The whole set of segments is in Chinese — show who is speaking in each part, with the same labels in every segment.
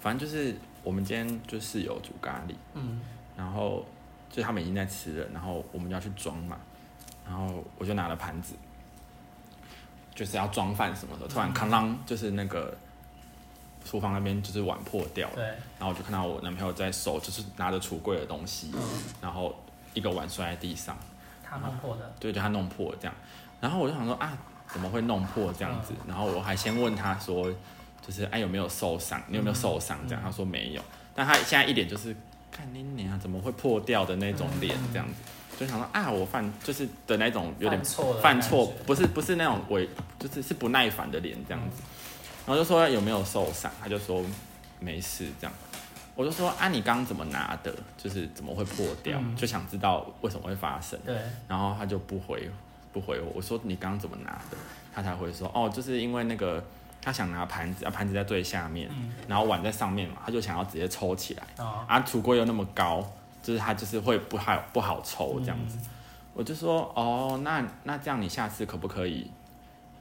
Speaker 1: 反正就是我们今天就室友煮咖喱，
Speaker 2: 嗯，
Speaker 1: 然后就他们已经在吃了，然后我们就要去装嘛，然后我就拿了盘子，就是要装饭什么的，突然哐啷，就是那个厨房那边就是碗破掉了，
Speaker 2: 对，
Speaker 1: 然后我就看到我男朋友在手就是拿着橱柜的东西，
Speaker 2: 嗯
Speaker 1: 然后一个碗摔在地上，
Speaker 2: 他弄破的，
Speaker 1: 对，就他弄破这样，然后我就想说啊，怎么会弄破这样子？
Speaker 2: 嗯
Speaker 1: 然后我还先问他说，就是哎有没有受伤？你有没有受伤？
Speaker 2: 嗯
Speaker 1: 这样、他说没有，但他现在一脸就是看你娘怎么会破掉的那种
Speaker 2: 嗯
Speaker 1: 脸这样子，就想说啊我犯就是的那种有点
Speaker 2: 犯错的
Speaker 1: 犯
Speaker 2: 感
Speaker 1: 错
Speaker 2: 觉，
Speaker 1: 不是不是那种委就是是不耐烦的脸这样
Speaker 2: 嗯
Speaker 1: 子，然后就说有没有受伤？他就说没事这样。我就说啊，你刚刚怎么拿的？就是怎么会破掉？
Speaker 2: 嗯
Speaker 1: 就想知道为什么会发生。
Speaker 2: 对，
Speaker 1: 然后他就不回不回我，我说你刚刚怎么拿的？他才回说哦，就是因为那个他想拿盘子，啊盘子在最下面，
Speaker 2: 嗯
Speaker 1: 然后碗在上面嘛，他就想要直接抽起来，
Speaker 2: 哦，
Speaker 1: 啊橱柜又那么高，就是他就是会不好不好抽这样子。
Speaker 2: 嗯
Speaker 1: 我就说哦，那那这样你下次可不可以，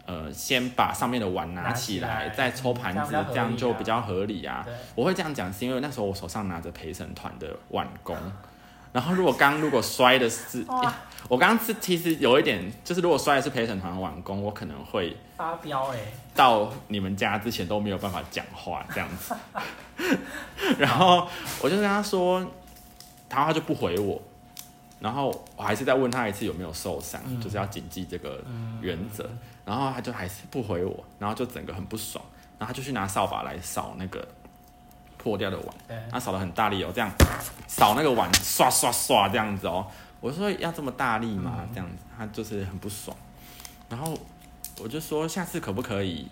Speaker 1: 呃，先把上面的碗拿
Speaker 2: 拿
Speaker 1: 起
Speaker 2: 起
Speaker 1: 来，
Speaker 2: 来
Speaker 1: 再抽盘子，这
Speaker 2: 这样
Speaker 1: 样
Speaker 2: 比较合理
Speaker 1: 就比较合理啊。
Speaker 2: 啊对
Speaker 1: 我会这样讲是因为那时候我手上拿着陪审团的碗工，然后如果刚如果摔的是，
Speaker 2: 哇
Speaker 1: 我刚刚是其实有一点，就是如果摔的是陪审团的碗工，我可能会
Speaker 2: 发飙哎，
Speaker 1: 到你们家之前都没有办法讲话这样子。 然后我就跟他说，然后他就不回我，然后我还是再问他一次有没有受伤，
Speaker 2: 嗯
Speaker 1: 就是要谨记这个
Speaker 2: 嗯，
Speaker 1: 原则。然后他就还是不回我，然后就整个很不爽，然后他就去拿扫把来扫那个破掉的碗。
Speaker 2: 对，
Speaker 1: 他扫的很大力哦，这样扫那个碗刷刷刷这样子哦。我说要这么大力吗？
Speaker 2: 嗯
Speaker 1: 这样子，他就是很不爽。然后我就说下次可不可以，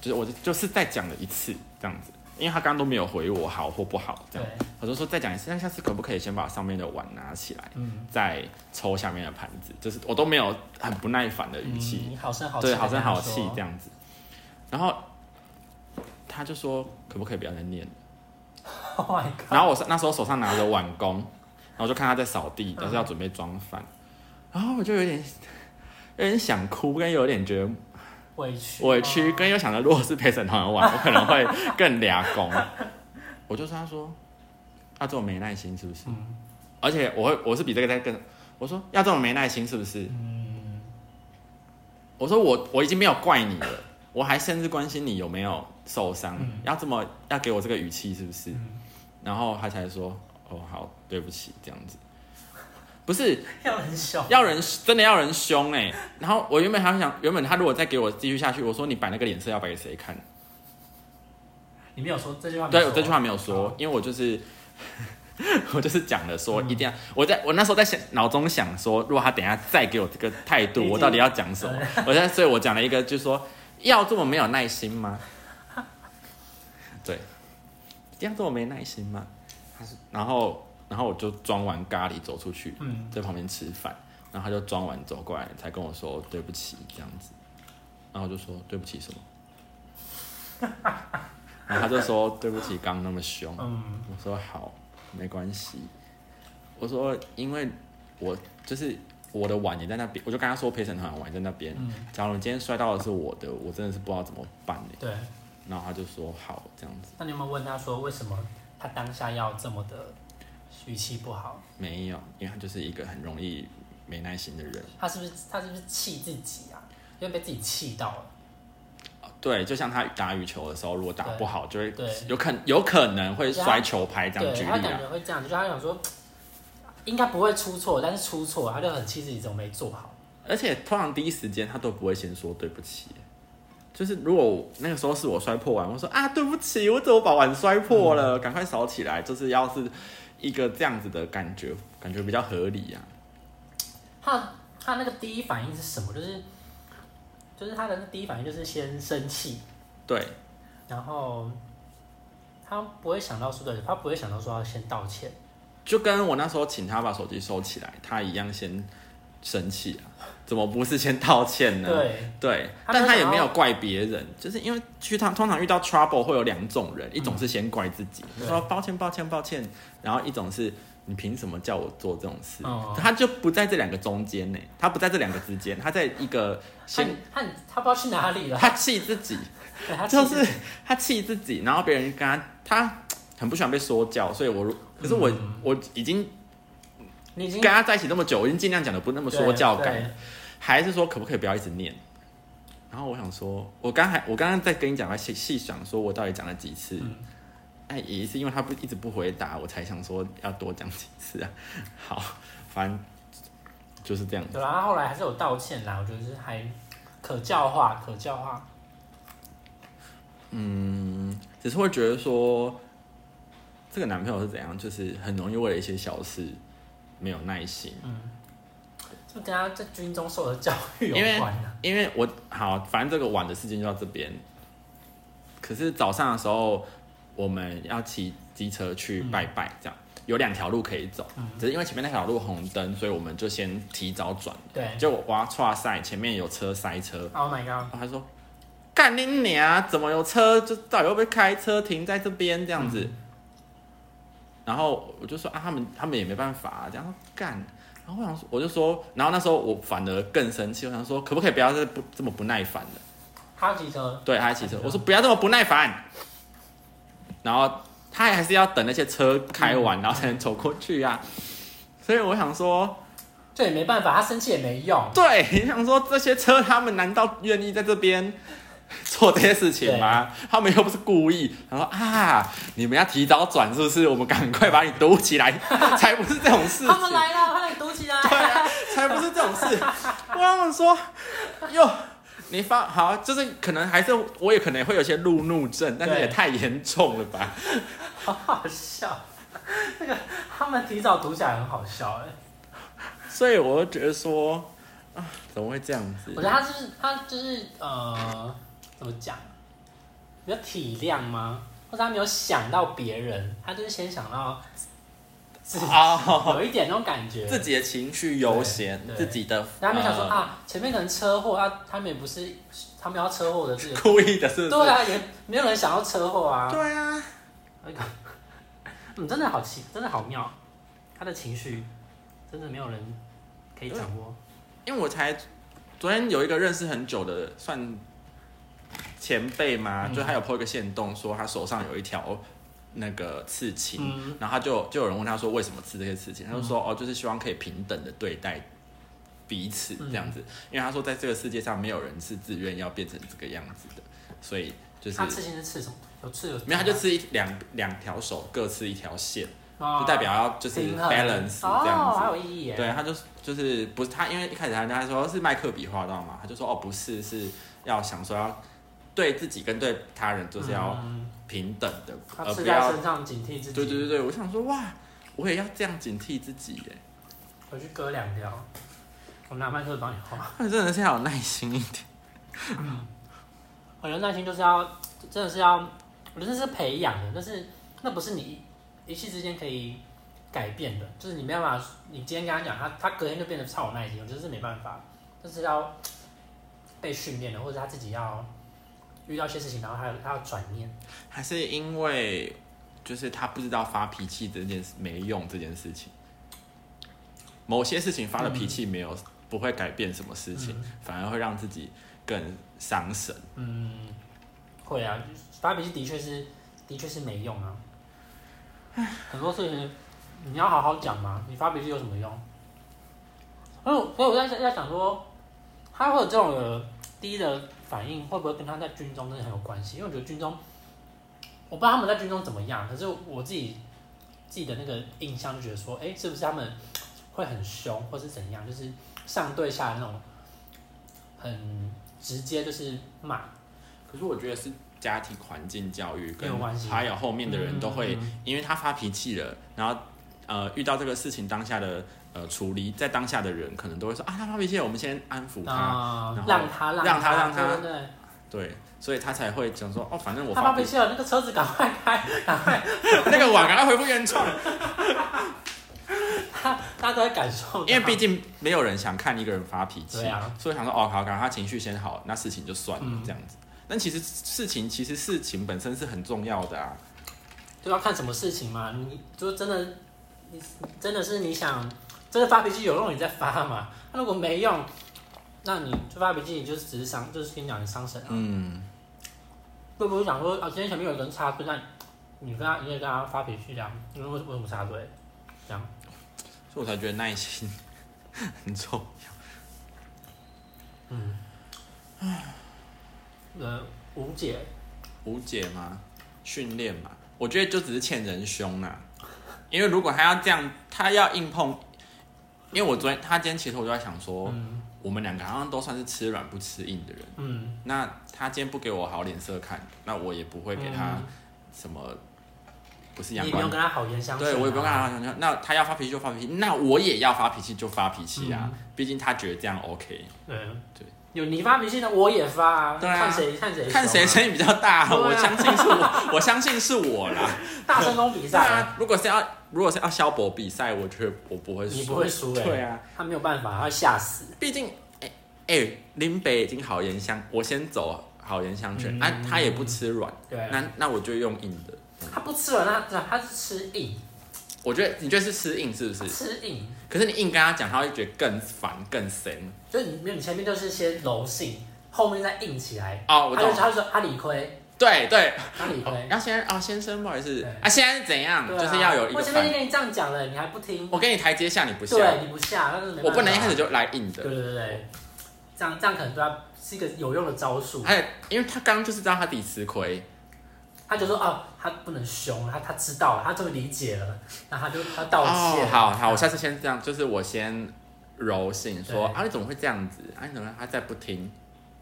Speaker 1: 就是我就就是再讲了一次这样子，因为他刚刚都没有回我好或不好这
Speaker 2: 对
Speaker 1: 样，，我就说再讲一次，那下次可不可以先把上面的碗拿起来，
Speaker 2: 嗯，
Speaker 1: 再抽下面的盘子？就是我都没有很不耐烦的语气，
Speaker 2: 嗯你好声好气，
Speaker 1: 对，好声好气 这，样子。然后他就说可不可以不要再念了？
Speaker 2: Oh my god，
Speaker 1: 然后我是那时候手上拿着碗工，然后我就看他在扫地，然后要准备装饭，然后我就有点有点想哭，跟有点觉得
Speaker 2: 委屈，哦
Speaker 1: 委屈，跟又想着如果是陪审团的碗，我可能会更俩 工。我就说他说要这么没耐心是不是？
Speaker 2: 嗯
Speaker 1: 而且我会我是比这个再更，我说要这么没耐心是不是？
Speaker 2: 嗯，
Speaker 1: 我说我我已经没有怪你了，我还甚至关心你有没有受伤，
Speaker 2: 嗯
Speaker 1: 要这么要给我这个语气是不是？
Speaker 2: 嗯
Speaker 1: 然后他才说哦好，对不起这样子。不是
Speaker 2: 要很小，
Speaker 1: 要人真的要人凶哎、然后我原本还想，原本他如果再给我继续下去，我说你摆那个脸色要摆给谁看？
Speaker 2: 你没有说这句话，
Speaker 1: 对，
Speaker 2: 没
Speaker 1: 我
Speaker 2: 说
Speaker 1: 这句话没有说，因为我就是。 我就是讲了
Speaker 2: 嗯
Speaker 1: 说，一定要我在我那时候在想脑中想说，如果他等一下再给我这个态度
Speaker 2: 已，经
Speaker 1: 我到底要讲什么？ 我在，所以我讲了一个，就是说要这么没有耐心吗？对，要这么没耐心吗？他是，然后然后我就装完咖喱走出去，
Speaker 2: 嗯，
Speaker 1: 在旁边吃饭，然后他就装完走过来，才跟我说对不起这样子，然后我就说对不起什么，然后他就说对不起刚刚那么凶，
Speaker 2: 嗯，
Speaker 1: 我说好，没关系，我说因为我就是我的碗也在那边，我就跟他说陪审团的碗也在那边，
Speaker 2: 嗯
Speaker 1: 假如你今天摔到的是我的，我真的是不知道怎么办呢。
Speaker 2: 对，
Speaker 1: 然后他就说好这样子，
Speaker 2: 那你有没有问他说为什么他当下要这么的语气不好？
Speaker 1: 没有，因为他就是一个很容易没耐心的人。
Speaker 2: 他是不是他是不是气自己啊？因为被自己气到了，
Speaker 1: 对，就像他打羽球的时候，如果打不好，就会
Speaker 2: 对
Speaker 1: 有可有可能会摔球拍这样举
Speaker 2: 对他
Speaker 1: 例
Speaker 2: 感
Speaker 1: 啊。
Speaker 2: 觉会这样，就是他想说应该不会出错，但是出错了他就很气自己怎么没做好。
Speaker 1: 而且通常第一时间他都不会先说对不起，就是如果我那个时候是我摔破碗，我说啊对不起，我怎么把碗摔破
Speaker 2: 嗯
Speaker 1: 了？赶快扫起来，就是要是一个这样子的感觉，感觉比较合理啊。
Speaker 2: 他他那个第一反应是什么？就是就是他的第一反应就是先生气，
Speaker 1: 对，
Speaker 2: 然后他不会想到说的，他不会想到说要先道歉。
Speaker 1: 就跟我那时候请他把手机收起来，他一样先生气啊，怎么不是先道歉呢？
Speaker 2: 对，
Speaker 1: 对，
Speaker 2: 他
Speaker 1: 但
Speaker 2: 没有
Speaker 1: 他
Speaker 2: 想
Speaker 1: 也
Speaker 2: 要
Speaker 1: 没有怪别人，就是因为去趟通常遇到 trouble 会有两种人，一种是先怪自己，
Speaker 2: 嗯对
Speaker 1: 说抱歉抱歉抱歉，然后一种是你凭什么叫我做这种事？
Speaker 2: 哦
Speaker 1: 他就不在这两个中间呢，他不在这两个之间，他在一个
Speaker 2: 他
Speaker 1: 先
Speaker 2: 他他 不知道去哪里了，
Speaker 1: 他气自己，
Speaker 2: 对他气
Speaker 1: 就
Speaker 2: 自己
Speaker 1: 是他气自己，然后别人跟他他很不喜欢被说教，所以我如可是我、
Speaker 2: 嗯
Speaker 1: 我已经
Speaker 2: 你已经
Speaker 1: 跟他在一起那么久，我已经尽量讲的不那么说教感，还是说可不可以不要一直念？然后我想说，我刚还我刚刚在跟你讲，还细细想说我到底讲了几次。
Speaker 2: 嗯
Speaker 1: 哎，也是因为他不一直不回答，我才想说要多讲几次啊。 好，反正就是这样
Speaker 2: 对。对啊啦，他后来还是有道歉啦，我觉得是还可教化，可教化。
Speaker 1: 只是会觉得说，这个男朋友是怎样，就是很容易为了一些小事没有耐心。
Speaker 2: 就跟他在军中受的教育有
Speaker 1: 因为
Speaker 2: 关啊。
Speaker 1: 因为我好，反正这个晚的事情就到这边。可是早上的时候，我们要骑机车去拜拜，这样、有两条路可以走，只是因为前面那条路红灯，所以我们就先提早转。
Speaker 2: 对
Speaker 1: 就我我要跨赛，前面有车塞车，
Speaker 2: ，Oh my god，
Speaker 1: 然后他说：“干你娘！怎么有车？就到底会不会开车停在这边这样子？”然后我就说：“啊，他们他们也没办法、啊，这样干。”然后我想说，我就说，然后那时候我反而更生气，我想说，可不可以不要这不这么不耐烦的？
Speaker 2: 他骑车，
Speaker 1: 对，他还骑车，我说不要这么不耐烦。然后他还是要等那些车开完，然后才能走过去啊。所以我想说，
Speaker 2: 这也没办法，他生气也没用。
Speaker 1: 对，你想说这些车他们难道愿意在这边做这些事情吗？他们又不是故意。他说啊，你们要提早转是不是？我们赶快把你堵起来，才不是这种事情。
Speaker 2: 他们来了，快点堵起来！
Speaker 1: 对啊，才不是这种事。我跟他们说，哟，你发好，啊就是可能还是我也可能会有些路怒症，但是
Speaker 2: 对
Speaker 1: 也太严重了吧？
Speaker 2: 好好笑。那个他们提早读起来很好笑哎、
Speaker 1: 所以我就觉得说，啊，怎么会这样子
Speaker 2: 我觉？得他就是他就是呃，怎么讲？比较体谅吗？或者他没有想到别人，他就是先想到自己，
Speaker 1: 哦，
Speaker 2: 有一点那种感觉。
Speaker 1: 自己的情绪优先，
Speaker 2: 对
Speaker 1: 自己的。
Speaker 2: 然后他们想说、
Speaker 1: 呃
Speaker 2: 啊，前面可能车祸啊，他们也不是他们要车祸的是，
Speaker 1: 故意的，是不是？
Speaker 2: 对啊，也没有人想要车祸啊。
Speaker 1: 对啊，
Speaker 2: 那个， 嗯，真的好奇，真的好妙，他的情绪真的没有人可以掌握。
Speaker 1: 因为我才昨天有一个认识很久的算前辈嘛，
Speaker 2: 嗯
Speaker 1: 就他有 po 一个线动，说他手上有一条那个刺青，
Speaker 2: 嗯
Speaker 1: 然后他就就有人问他说为什么刺这些刺青，他就说、哦，就是希望可以平等的对待。彼此这样
Speaker 2: 嗯
Speaker 1: 子，因为他说，在这个世界上没有人是自愿要变成这个样子的，所以就是
Speaker 2: 他刺青是刺什么？有刺有
Speaker 1: 没有，他就刺一两两条手各刺一条线，
Speaker 2: 哦
Speaker 1: 就代表要就是
Speaker 2: 平衡
Speaker 1: balance
Speaker 2: 哦，
Speaker 1: 这样子。
Speaker 2: 还有意义耶。
Speaker 1: 对，他就是就是不是他，因为一开始他人家说是麦克笔画到嘛，他就说哦不是，是要想说要对自己跟对他人就是要
Speaker 2: 嗯
Speaker 1: 平等的，
Speaker 2: 他
Speaker 1: 而
Speaker 2: 刺
Speaker 1: 不
Speaker 2: 在
Speaker 1: 要
Speaker 2: 身上警惕自己，
Speaker 1: 对对对对，我想说哇，我也要这样警惕自己耶，
Speaker 2: 回去割两条，我拿麦克帮你画。
Speaker 1: 那真的是要有耐心一点。
Speaker 2: 我觉得耐心就是要，真的是要，我觉得这是培养的，但是那不是你一气之间可以改变的，就是你没办法，你今天跟他讲，他他隔天就变得超有耐心，我觉得是没办法，就是要被训练的，或者他自己要遇到一些事情，然后他他要转念，
Speaker 1: 还是因为就是他不知道发脾气这件事没用这件事情，某些事情发了
Speaker 2: 嗯
Speaker 1: 脾气没有、不会改变什么事情，反而会让自己更伤神。
Speaker 2: 嗯，会啊，发脾气的确是的确是没用啊，很多事情你要好好讲嘛，你发脾气有什么用？所以我所以我在在想说，他会有这种呃低的反应，会不会跟他在军中真的很有关系？因为我觉得军中，我不知道他们在军中怎么样，可是我自己自己的那个印象就觉得说，哎、是不是他们会很凶，或是怎样？就是上对下的那种很直接，就是骂。
Speaker 1: 可是我觉得是家庭环境教育跟
Speaker 2: 有关系
Speaker 1: 还有后面的人都会
Speaker 2: 嗯，
Speaker 1: 因为他发脾气了，然后呃遇到这个事情当下的呃处理，在当下的人可能都会说啊他发脾气了，我们先安抚他，
Speaker 2: 啊
Speaker 1: 然后
Speaker 2: 让他
Speaker 1: 让他
Speaker 2: 他
Speaker 1: 让他
Speaker 2: 对对对
Speaker 1: 对，所以他才会讲说哦反正我
Speaker 2: 他
Speaker 1: 发
Speaker 2: 发
Speaker 1: 脾
Speaker 2: 脾
Speaker 1: 气，
Speaker 2: 气了，那个车子赶快 开，赶快，
Speaker 1: 那个啊碗赶快恢复原状，
Speaker 2: 他大家都在感受到，
Speaker 1: 因为毕竟没有人想看一个人发脾气
Speaker 2: 对啊，
Speaker 1: 所以想说哦好，赶快他情绪先好，那事情就算了
Speaker 2: 嗯
Speaker 1: 这样子。但其实事情其实事情本身是很重要的啊，
Speaker 2: 就要看什么事情嘛，你就真的，你真的是你想真的发脾气有用你再发嘛，那如果没用，那你就发脾气，你就是只是伤，就是跟你讲你伤神啊，
Speaker 1: 嗯，
Speaker 2: 会不会想说啊，今天前面有人插队，那你你跟他，你也跟他发脾气这样，你说为为什么插队？这样，
Speaker 1: 所以我才觉得耐心 很重要。
Speaker 2: 嗯，呃，无解，
Speaker 1: 无解吗？训练嘛，我觉得就只是欠人凶啦、因为如果他要这样，他要硬碰，因为我昨天他今天其实我就在想说，
Speaker 2: 嗯
Speaker 1: 我们两个好像都算是吃软不吃硬的人。
Speaker 2: 嗯，
Speaker 1: 那他今天不给我好脸色看，那我也不会给他
Speaker 2: 嗯
Speaker 1: 什么，不是
Speaker 2: 你也
Speaker 1: 阳
Speaker 2: 不
Speaker 1: 光。
Speaker 2: 用跟他好言相劝啊、
Speaker 1: 对，我也不用跟他讲讲。那他要发脾气就发脾气，那我也要发脾气就发脾气啊。
Speaker 2: 嗯
Speaker 1: 毕竟他觉得这样 OK，
Speaker 2: 对
Speaker 1: 对，
Speaker 2: 有你发脾气的我也发啊，
Speaker 1: 对啊
Speaker 2: 看谁看谁
Speaker 1: 看谁
Speaker 2: 凶啊
Speaker 1: 声音比较大。
Speaker 2: 对啊
Speaker 1: 我相信是我，我相信是我啦。
Speaker 2: 大声公比
Speaker 1: 对
Speaker 2: 赛啊，
Speaker 1: 啊，如果是要如果是要消博比赛，我觉得我不会输，
Speaker 2: 你不会输哎、
Speaker 1: 对啊，
Speaker 2: 他没有办法，他会吓死。
Speaker 1: 毕竟哎哎、林北已经好言相，我先走好言相劝，
Speaker 2: 嗯
Speaker 1: 那、啊他也不吃软，
Speaker 2: 对，
Speaker 1: 那那我就用硬的。
Speaker 2: 他不吃软，他他是吃硬，
Speaker 1: 我觉得你觉得是吃硬是不是？
Speaker 2: 吃硬，
Speaker 1: 可是你硬跟他讲，他会觉得更烦更神。
Speaker 2: 所以你没有，你前面就是先柔性，后面再硬起来。
Speaker 1: 哦，我
Speaker 2: 他
Speaker 1: 懂
Speaker 2: 就，他就说他理亏，
Speaker 1: 对对。
Speaker 2: 他理亏。
Speaker 1: 然后先啊、先生，不好意思
Speaker 2: 对
Speaker 1: 啊，现在是怎样？
Speaker 2: 对啊
Speaker 1: 就是要有一
Speaker 2: 我
Speaker 1: 个
Speaker 2: 前面
Speaker 1: 反
Speaker 2: 就，跟你这样讲了，你还不听，
Speaker 1: 我给你台阶下，你不下，
Speaker 2: 对，你不下，那是没办法
Speaker 1: 我不能一开始。就来硬
Speaker 2: 对
Speaker 1: 的。
Speaker 2: 对对对，这样这样可能对他是一个有用的招数。
Speaker 1: 还有，哎因为他刚刚就是知道他底吃亏，
Speaker 2: 他就说哦，他不能凶，他他知道了，他终于理解了，然后他就他道歉。
Speaker 1: 哦，好好，我下次先这样，就是我先柔性说
Speaker 2: 对
Speaker 1: 啊，你怎么会这样子？啊，你怎么他再不听，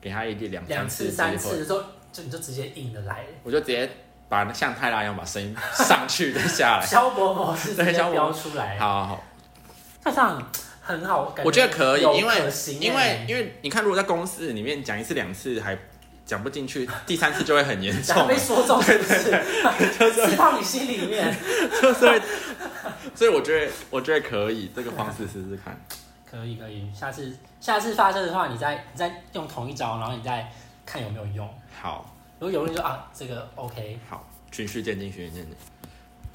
Speaker 1: 给他一两
Speaker 2: 两
Speaker 1: 次
Speaker 2: 次
Speaker 1: 机
Speaker 2: 三
Speaker 1: 会，
Speaker 2: 次就就你就直接硬的 来，
Speaker 1: 我就直接把像泰拉一样把声音上去再下 来。
Speaker 2: 消薄模式直接
Speaker 1: 对消薄
Speaker 2: 标出来，
Speaker 1: 好好好，
Speaker 2: 这样很好，感
Speaker 1: 我觉得可以，
Speaker 2: 有
Speaker 1: 因
Speaker 2: 可
Speaker 1: 为
Speaker 2: 行
Speaker 1: 因为
Speaker 2: 欸
Speaker 1: 因为你看，如果在公司里面讲一次两次还讲不进去，第三次就会很严 重
Speaker 2: 然后，被说中是 不是？刺到你心里面，
Speaker 1: 所以所以我觉得我觉得可以，这个方式试试看。
Speaker 2: 可以可以，下次下次发生的话，你再你再用同一招，然后你再看有没有用。
Speaker 1: 好
Speaker 2: 如果有人就啊，这个 OK，
Speaker 1: 好，循序渐进，循序渐进。